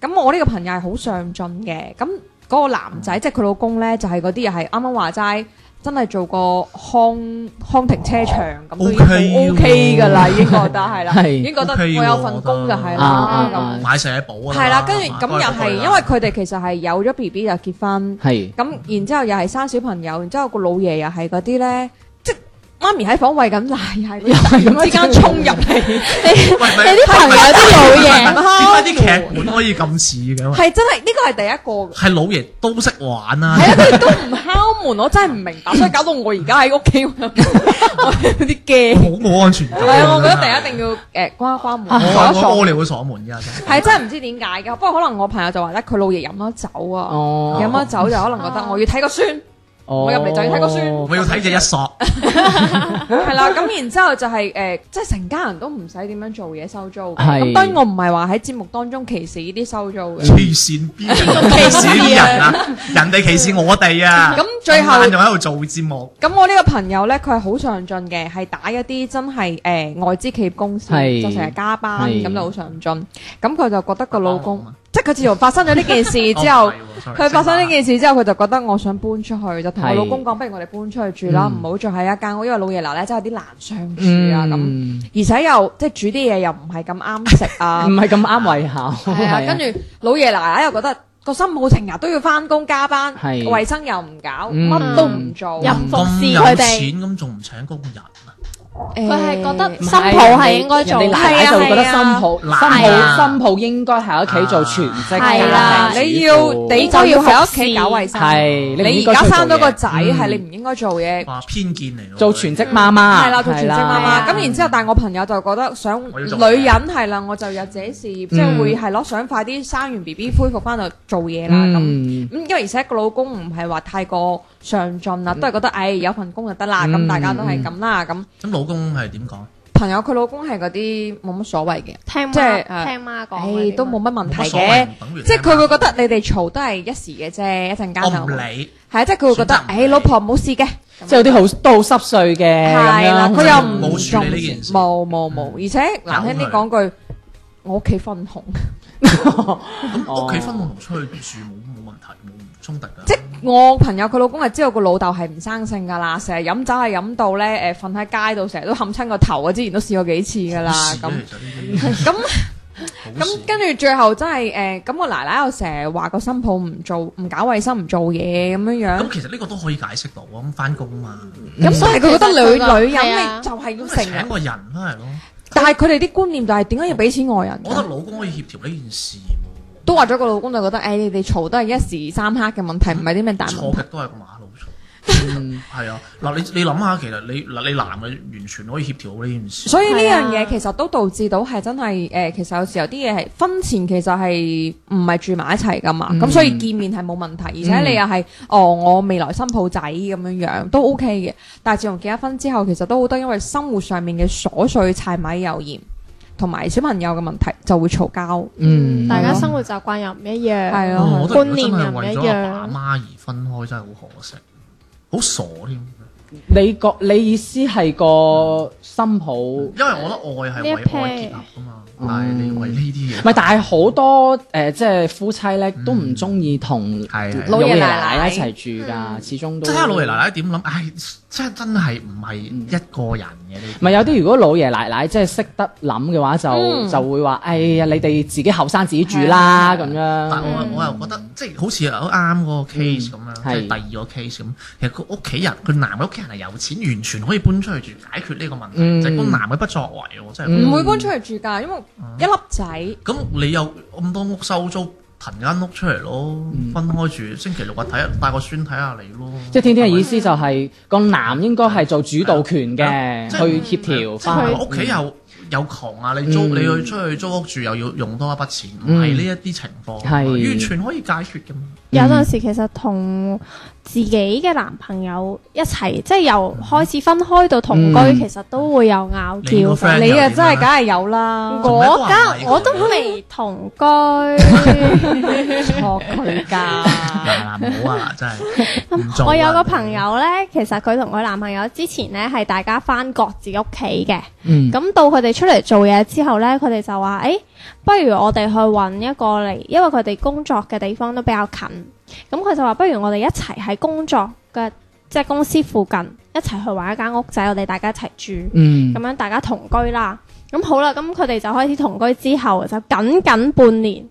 咁。咁我呢個朋友係好上進嘅，咁嗰個男仔即係佢老公咧，就係嗰啲又係啱啱話齋，真係做過康康停車場咁都已經 OK 喎 O K 㗎啦，已經覺得係啦，係已經覺得 OK 喎我有份工就係啊啊啦啊咁。買社保啊，係啦，跟住咁又係因為佢哋其實係有咗 B B 就結婚。係咁然之後又係生小朋友，然之後個老爺又係嗰啲咧，即係媽咪喺房喂緊奶，又係嗰啲突然之間衝入嚟，喂喂你啲朋友都老嘢，點解啲劇本可以咁似嘅？喂係真係呢個係第一個㗎。係老爺都識玩啦、係啊，佢都唔敲門，我真係唔明白，所以搞到我而家喺屋企，我有 啲驚。好冇安全感。係啊，我覺得第一定要誒關一 關門，鎖我我屙一鎖。尿會鎖門㗎，真係係真係唔知點解嘅，不過可能我朋友就話咧，哎佢老爺飲咗酒啊，哦，飲咗酒就可能覺得我要睇個孫。哦我入嚟就要睇個孫我要睇只一索，係啦，咁然之後就係、誒、即係成家人都唔使點樣做嘢收租嘅。係咁當然我唔係話喺節目當中歧視呢啲收租 嘅。 黐線邊個歧視啲人啊？人哋歧視我哋啊！咁最後今晚仲喺度做節目，咁我呢個朋友呢，佢係好上進嘅，係打一啲真係誒、外資企業公司，係就成日加班，係咁就好上進。咁佢就覺得個老公加班啊，即係佢自從發生咗呢件事之後。 哦係喎，sorry，佢發生呢件事之後，佢就覺得我想搬出去，就同我係老公講，不如我哋搬出去住啦，嗯唔好再喺一間屋，因為老爺奶奶真係有啲難相處啊咁。嗯而且又即係煮啲嘢又唔係咁啱食啊 唔，係咁啱胃口， 係啊，係啊跟住老爺奶奶又覺得個心冇情日都要翻工加班，係衞生又唔搞，嗯乜都唔做，又唔服侍咁有佢錢哋，咁仲唔請工人啊？誒佢係覺得唔係新抱係應該做人哋奶奶就會覺得係新啊抱，係啊新係啊抱新抱應該喺屋企做全職係家啦庭主婦你要你就要喺屋企搞衞生。係你應該而家出去做生咗個嘢仔，係你唔應該做嘢，哇，偏見嚟喎！做全職媽媽，係啦，做全職係媽媽。啦咁然之後，但係我朋友就覺得想我要做嘢女人係啦，我就有自己事業，即係嗯會係咯，想快啲生完 B B 恢復翻就做嘢啦咁。嗯咁因為而且個老公唔係話太過上進啦，都係覺得誒、唉有份工就得啦，咁、嗯大家都係咁啦，咁咁老公係點講？朋友佢老公係嗰啲冇乜所謂嘅，聽媽即係誒聽媽講嗰誒啲，都冇乜問冇題乜所謂嘅，唔等於即係佢會覺得你哋嘈都係一時嘅啫，一陣間我就唔係理，啊，即係佢會覺得選擇唔理誒老婆冇事嘅，即係有啲好都好濕碎嘅咁係啦，樣，佢又唔冇處理呢件事重冇冇冇，而且難聽啲由佢講句，我屋企分紅， 咁屋企分我同出去住冇冇問題，冇衝突㗎。即係我朋友佢老公係知道個老豆係唔生性㗎啦，成日飲酒係飲到咧誒瞓喺街度，成日都冚親個頭啊！之前都試過幾次㗎啦，好事啊咁其實呢咁。啲好事咁跟住最後真係誒，呃咁、個奶奶又成日話個新抱唔做唔搞衞生唔做嘢咁樣樣，咁其實呢個都可以解釋到啊，咁翻工嘛，咁所以佢覺得女嗯女係啊人你就係要咁咪成請人，個人翻嚟咯。但係佢哋啲觀念就係點解要俾錢外人我覺？得老公可以協調呢件事喎，都話咗個老公就覺得，誒、哎你哋嘈都係一時三刻嘅問題，唔係啲咩大問錯題。極都係個馬路錯。係啊，嗱你你諗下，其實你嗱你男嘅完全可以協調好呢件事。所以呢樣係啊嘢其實都導致到係真係誒、呃其實有時候啲嘢係婚前其實係唔係住埋一齊噶嘛，咁、嗯所以見面係冇問題，而嗯且你又係、哦我未來新抱仔咁樣樣都 OK 嘅。但係自從結咗婚之後，其實都好多因為生活上面嘅瑣碎柴米油鹽。同埋小朋友嘅問題就會嘈交。嗯，大家係咯生活習慣又唔一樣，係啊哦我咯係覺得咯，如果真係為咗觀念阿唔一樣爸阿媽而分開，真係好可惜，好傻添。你覺你意思係個心抱，唔因為我覺得愛係為愛結合噶嘛，但係你為呢啲嘢，係，但係好多誒，即係夫妻咧都唔中意同係係老老爺爺奶奶奶奶一齊住㗎，始終都即係睇下老爺奶奶點諗，唉，真真係唔係一個人嘅呢唔係有啲如果老爺奶奶即係識得諗嘅話，就、嗯就會話：哎呀，你哋自己後生自己住啦係咁但樣。我我又覺得即係好似好啱嗰個 case 咁樣，嗯係即係第二個 case 咁。其實佢屋企人，佢男嘅屋企人係有錢，完全可以搬出去住，解決呢個問題。嗯就係個男嘅不作為喎，真係。嗯唔會搬出去住㗎，因為一粒仔。咁你有咁多屋收租，騰間屋出嚟咯，分開住。星期六日啊睇下帶個孫睇下你咯。嗯即係天天嘅意思。思就係、個男應該係做主導權嘅，係啊去協調即係翻。屋企又又窮啊！你租嗯你去出去租屋住又要用多一筆錢，唔嗯係呢一啲情況，係完全可以解決㗎嘛。有陣時其實同自己嘅男朋友一齊，即係由開始分開到同居，嗯其實都會有拗撬你個㗎。 friend 你啊又點真係梗啊係有 啦，仲有一個我人嚟家㗎我都未同錯居，佢㗎。嗱嗱唔好啊！真係唔做啊。我有個朋友呢，其實佢同佢男朋友之前呢係大家翻各自屋企嘅，嗯，咁到佢哋出嚟做嘢之後呢，佢哋就話：，誒、不如我哋去揾一個嚟，因為佢哋工作嘅地方都比較近。咁佢就話：，不如我哋一齊喺工作嘅即係公司附近一齊去揾一間屋仔，我哋大家一齊住，嗯咁樣大家同居啦。咁好啦，咁佢哋就開始同居之後，就僅僅半年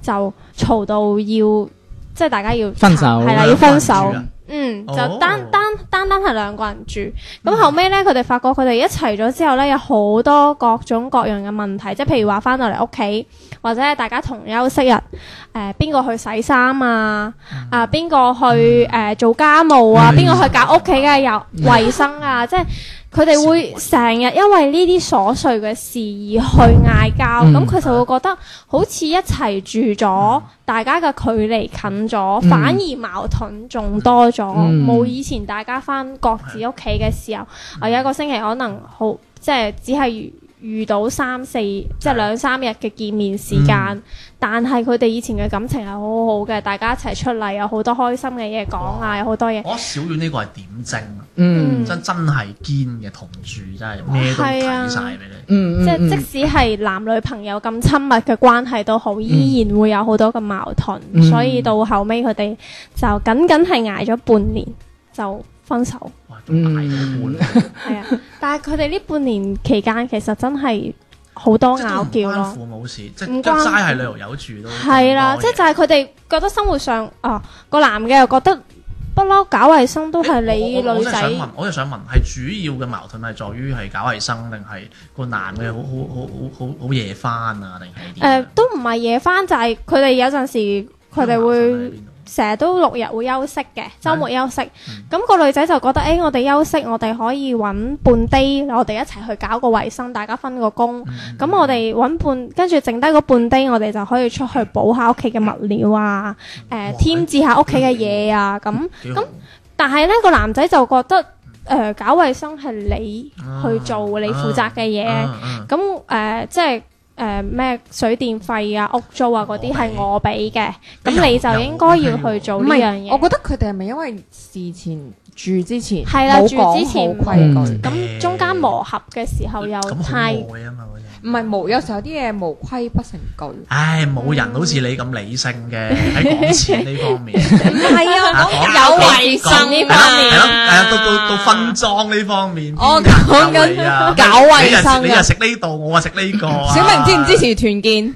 就嘈到要，即係大家要分手係啦，兩個人要分手。住啊嗯，就哦單單單單係兩個人住，咁後尾咧，佢哋發覺佢哋一齊咗之後咧，有好多各種各樣嘅問題，即係譬如話翻到嚟屋企，或者係大家同休息日，誒邊個去洗衫啊，啊邊個去誒、呃做家務啊，嗯邊個去搞屋企嘅又衞生啊，即係佢哋會成日因為呢啲瑣碎嘅事而去嗌交，嗯咁佢、就會覺得好似一齊住咗，大家嘅距離近咗，嗯反而矛盾仲多咗，嗯冇、以前大家翻各自屋企嘅時候，我有一個星期可能好即係只係遇遇到三四即係兩三日嘅見面時間，但係佢哋以前嘅感情係好好嘅，大家一齊出嚟有好多開心嘅嘢講啊，有好多嘢。我覺得小遠呢個係點睛，嗯嗯真真係堅嘅同住，真係咩都睇晒俾你。嗯，即係嗯即使係男女朋友咁親密嘅關係都好，依然會有好多嘅矛盾，嗯所以到後尾佢哋就僅僅係捱咗半年就分手，哇，仲大咗係啊！但係佢哋呢半年期間其實真係好多半，拗即係都唔撬關咯，父母事，即係唔關齋係旅遊有住都係啦，咁即多係就係佢哋覺得生活上啊個男嘅又覺得不嬲搞衞生都係你嘢我我我女真係想仔問，我就想問，係主要嘅矛盾係在於係搞衞生，定係個男嘅好好好好好好夜翻啊，定係點誒啊？都唔係夜翻，就係佢哋有陣時佢哋矛會盾喺。邊度成日都六日會休息嘅，週末休息。咁個女仔就覺得，誒、我哋休息，我哋可以揾半 day，我哋一齊去搞個衞生，大家分個工。嗯咁、我哋揾半，跟住剩低嗰半 day，我哋就可以出去補下屋企嘅物料啊，誒、哇添置下屋企嘅嘢啊，咁。幾好咁但係呢個男仔就覺得，誒、搞衞生係你去做你負責嘅嘢。嗯嗯咁誒、呃即係誒咩水電費啊、屋租啊嗰啲係我俾嘅，咁你就應該要去做唔呢樣係，我嘢。覺得佢哋係咪因為事前住之前係啦冇住講之前好規嗯矩？咁中間磨合嘅時候又咁好太愛啊嘛嗰陣。唔係無，有時候有啲嘢無規不成矩。唉，冇人好似你咁理性 嘅喺講錢呢方面，唔係啊，講有衞生呢方係面咯，係啊啊，到到到分裝呢方面，我邊講有你啊緊搞衞生你又啊。食呢度，我啊食呢個啊。小明支唔支持團建？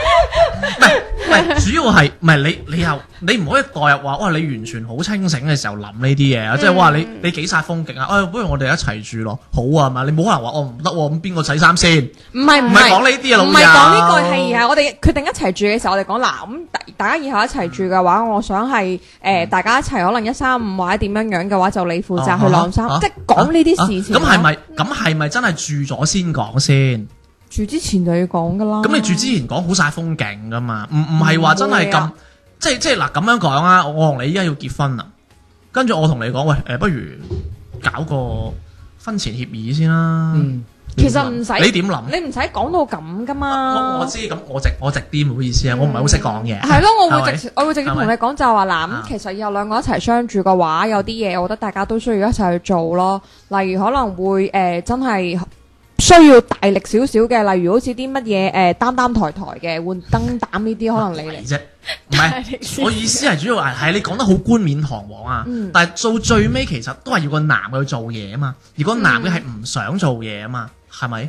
唔係，主要係唔係你你又你唔可以代入話，哇！你完全好清醒嘅時候諗呢啲嘢嗯啊，即係話你你幾煞風景啊！哎，不如我哋一齊住咯，好啊嘛！你冇可能話我唔得喎，咁邊個洗衫先？唔係唔唔係講呢啲啊老友唔係講呢個係係我哋決定一齊住嘅時候，我哋講嗱咁大大家以後一齊住嘅話，我想係誒大家一齊可能一三五或者點樣樣嘅話，就你負責去晾衫嗯啊，即係講呢啲事情。啊咁係咪咁係咪真係住咗先講先？住之前就要講噶啦？咁你住之前講好晒風景噶嘛？唔唔係話真係唔會咁啊，即係即係嗱咁樣講啊！我同你依家要結婚啦，跟住我同你講喂誒，不如搞個婚前協議先啦。嗯其實唔使你點諗？你唔使講到咁噶我嘛我。知咁，我直我直啲，唔好意思啊，我唔係好識講嘢。嗯係 咯，我會係啊直我會直接同你講就係話嗱，咁其實以後兩個一齊相處嘅話，有啲嘢我覺得大家都需要一齊去做咯。例如可能會誒真係需要大力少少嘅，例如好似啲乜嘢誒擔擔抬抬嘅換燈膽呢啲，可能你咪嚟。啫，唔 係我意思係主要係係你講得好冠冕堂皇啊，嗯但係到最尾其實都係要個男嘅去做嘢啊嘛，而個男嗯嘅係唔想做嘢啊嘛，係咪？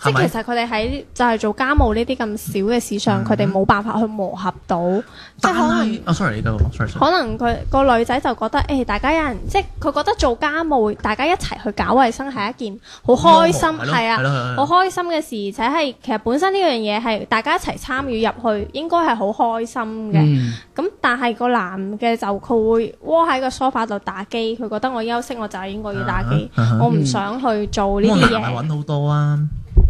即係係咪其實佢哋喺就係做家務呢啲咁少嘅事上，佢哋冇辦法去磨合到，即係但可能係啊，sorry 你繼續講，sorry sorry。可能佢個女仔就覺得，誒、大家有人，即係佢覺得做家務，大家一齊去搞衞生係一件好開心，係咯係係咯係啊，咯好開心嘅事，而且係其實本身呢樣嘢係大家一齊參與入去，應該係好開心嘅。嗯，咁、但係個男嘅就佢會窩喺個 sofa 度打機，佢覺得我休息我就係應該要打機，啊啊我唔想去做呢咁啲個嘢。男係揾好多啊，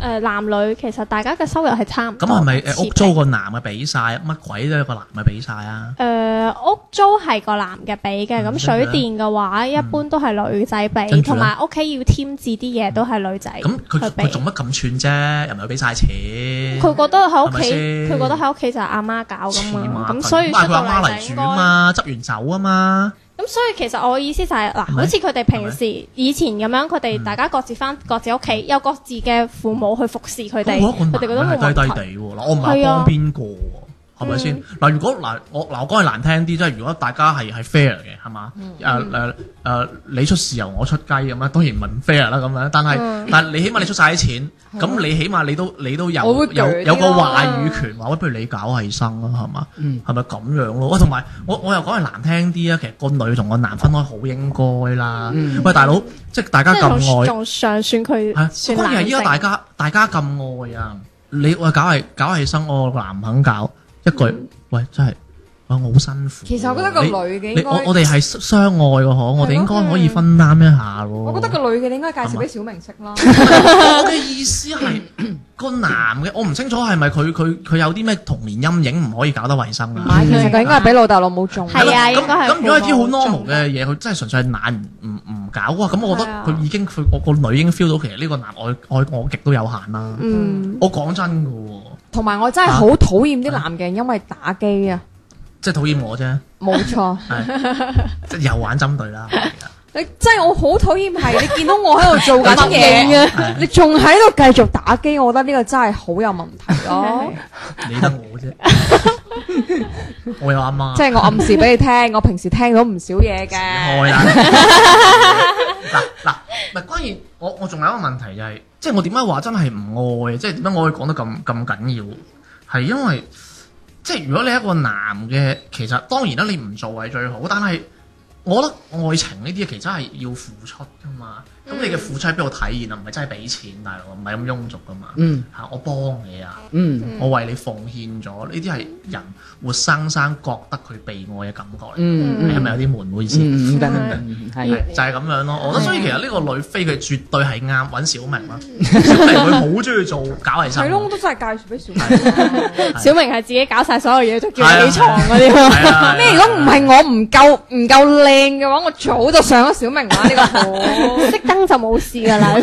誒、男女其實大家嘅收入係差唔咁多。係咪誒持屋租個男嘅俾晒，乜鬼都有個男嘅俾晒啊？誒、屋租係個男嘅俾嘅，咁嗯水電嘅話一般都係女仔跟住俾，呢同埋屋企要添置啲嘢都係女仔咁佢去佢俾。做乜咁串啫？又唔係俾晒錢，佢覺得喺屋係咪企，先佢覺得喺屋企就係阿媽搞黐噶嘛，孖咁筋所以咁係出佢到阿媽嚟嚟就應煮該啊。嘛，執完走啊嘛。咁所以其實我意思就係、嗱，咪好似佢哋平時以前咁樣，佢哋嗯大家各自翻各自屋企，有各自嘅父母去服侍佢哋，我覺佢哋得覺哦個得男冇人係低問低題。地喎。嗱，我唔係係啊幫邊個喎，係咪先？嗱，如果嗱我嗱我講係難聽啲，即係如果大家係係 fair 嘅，係嘛？誒誒誒，你出豉油我出雞咁樣，當然唔係唔 fair 啦咁樣。但係但係你起碼你出晒啲錢，咁你起碼你都你都我有會鋸有啲有個咯話語權，話喂，不如你搞衞生啊啦，係嘛？嗯係咪咁樣咯？喂，同埋我我又講係難聽啲啊，其實個女同個男分開好應該啦。喂，大佬，即係大家即係咁仲愛。仲尚算佢啊算關鍵係冷依家靜。大家大家咁愛啊！你喂搞係搞起生，我個男唔肯搞一句，喂真係，喂我好辛苦喎。嗯其實我覺得個女你嘅應你我我該，哋係相愛嘅嗬，我哋應該可以分擔一下咯。我覺 得個女嘅你應該介紹俾小明識啦。嗯我嘅意思 係個男嘅，我唔清楚係咪佢佢佢有啲咩童年陰影唔可以搞得衞生唔啊？係，其實佢應該係俾老豆老母種。係啊應該係咁如果係啲父好母 normal 做嘅嘢，佢真係純粹係懶唔唔唔搞啊！咁我覺得係啊佢已經佢我個女已經 feel 到其實呢個男愛愛我極都有限啦。嗯，我講真嘅喎，同埋我真啊係好討厭啲男嘅，因為打機啊，即係討厭我啫，冇錯。即係又玩針對啦。 你真係我好討厭係你見到我喺度做 緊嘢，係 你仲喺度繼續打機，我覺得呢個真係好有問 題咯。你得我啫，我有阿媽。即係我暗示俾你聽，我平時聽到唔少嘢啊嘅。開啦！嗱嗱，唔係關鍵，我我仲有一個問題就係、即係我點解話真係唔愛，即係點解我可以講得咁咁緊要，係因為即係如果你係一個男嘅，其實當然啦，你唔做係最好，但係我覺得愛情呢啲嘢其實係要付出噶嘛，咁嗯你嘅付出喺邊度體現啊？唔係真係俾錢，大佬唔係咁庸俗噶嘛，嗯嚇、我幫你啊！嗯。我為你奉獻咗，呢啲係人活生生覺得佢被愛嘅感覺嚟，嗯係咪有啲悶？唔好意思。嗯嗯，得得得，係係就係咁樣咯，我覺得所以其實呢個女飛佢絕對係啱揾小明啦，小明佢好中意做搞衞生，啊係咯，我係都真係介紹俾小明。小明係自己搞晒所有嘢，就叫係啊你起床嗰啲。啊咩？如果唔係我唔夠唔夠靚嘅話，我早就上咗小明啦。呢個 好熄燈就冇事㗎啦。唔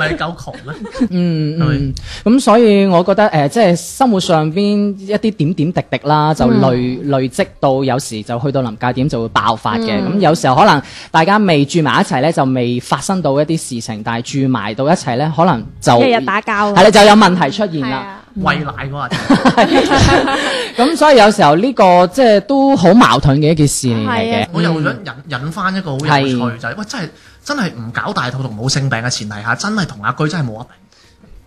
啊係夠窮咧？嗯係咪嗯，咁所以我覺得誒、呃即係生活上邊一啲點點滴滴啦，就嗯累、累積到有時就去到臨界點就會爆發嘅。嗯咁、有時候可能大家未住埋一齊咧，就未發生到一啲事情，但係住埋到一齊咧，可能就日日打交係啦，就有問題出現係啦。啊，餵奶嗰日嗯咁所以有時候呢、個即係都好矛盾嘅一件事嚟係嘅嗯啊。我又想引引翻一個好有趣就係，喂真係真係唔搞大肚同冇性病嘅前提下，真係同阿居真係冇得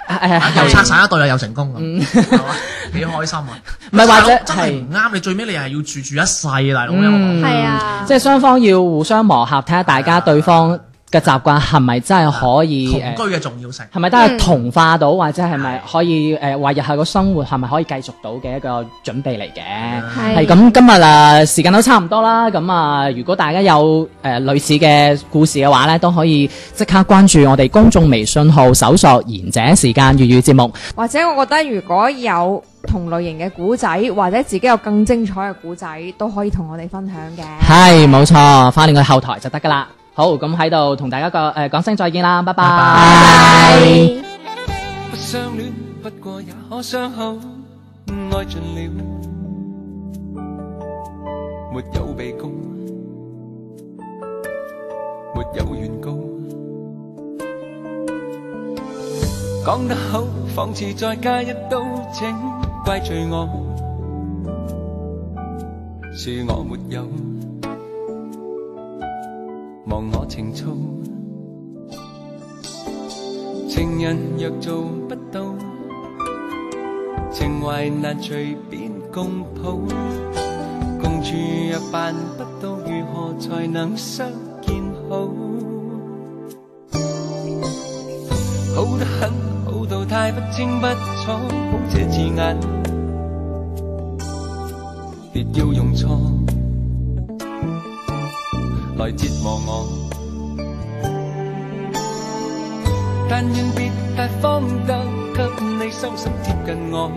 比，誒又拆散一對啊，又成功咁，係嘛幾開心啊！唔係或者真係唔啱，你最尾你係要住住一世，大佬有冇嗯講？ 係啊，即係雙方要互相磨合，睇下大家對方嘅習慣係咪真係可以誒同居嘅重要性。係咪都係同化到，或者係咪可以誒為日後個生活係咪可以繼續到嘅一個準備嚟嘅？係係咁，今日啊時間都差唔多啦。咁啊，如果大家有誒、呃、類似嘅故事嘅話咧，都可以即刻關注我哋公眾微信號，搜索「賢者時間粵語節目或者我覺得如果有同類型嘅古仔，或者自己有更精彩嘅古仔，都可以同我哋分享嘅。」。係冇錯，翻你個後台就得噶啦。好，咁喺度同大家個誒講聲再見啦，拜拜。拜。不相戀，不過也可相好，愛盡了，沒有被告，沒有原告。講得好，仿似再加一刀，請怪罪我，是我沒有，望我情操。情人若做不到，情懷難隨便共抱。共處若辦不到，如何才能相見好？好得很，好到太不清不楚，好這字眼，別要用錯來折磨我。但願別大方得給你深深貼近我，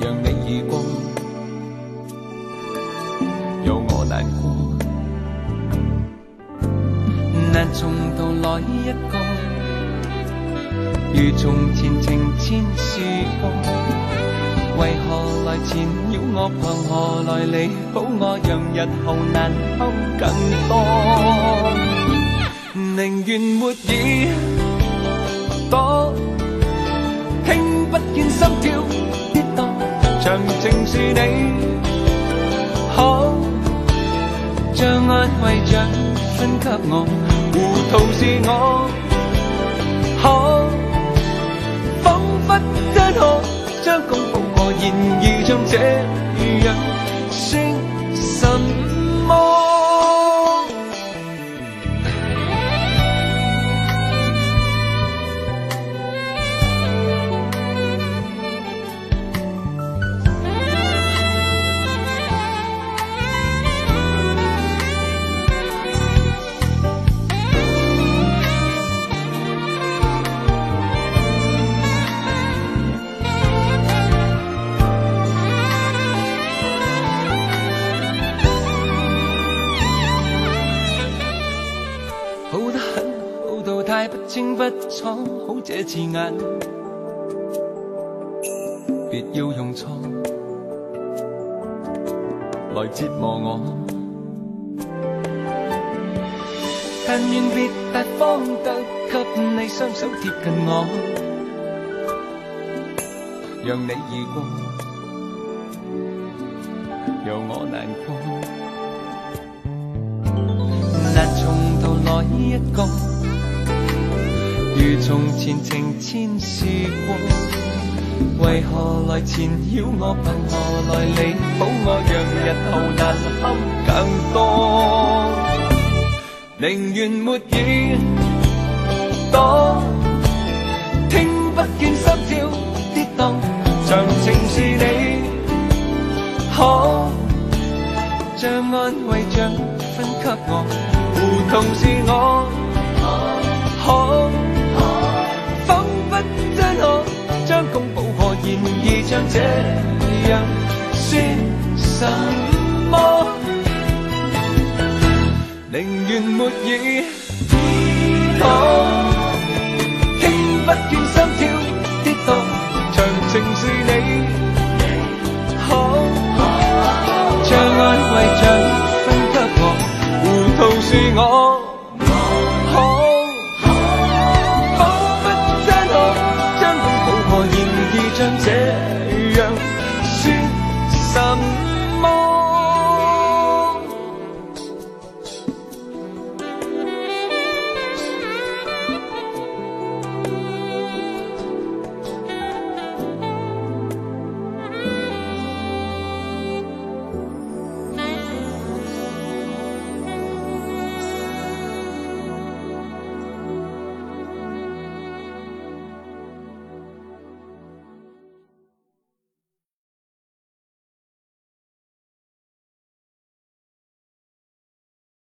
讓你易過，有我難過，難重到來一個，如從前情千試過，為何來纏繞我，憑何來離譜我，讓日後難堪更多。寧願沒耳朵，聽不見心跳跌宕，長情是你好，將安慰獎分給我，糊塗是我好，彷彿間可將功補過，然而像這樣算什麼？好得很，好到太不清不楚，好這字眼，別要用錯來折磨我。但願別大方得給你雙手貼近我，讓你易過，讓我難過。難重到來一個，如從前情千試過，為何來纏繞我？憑何來彌補我？讓日後難堪更多，寧願沒耳朵，聽不見心跳跌宕，長情是你好。將安慰獎分給我，糊塗是我好，彷彿真可將功補過，然而像這樣算什麼？寧願沒耳朵，聽不見心跳跌宕，長情是你好。將安慰獎分給我，糊塗是我。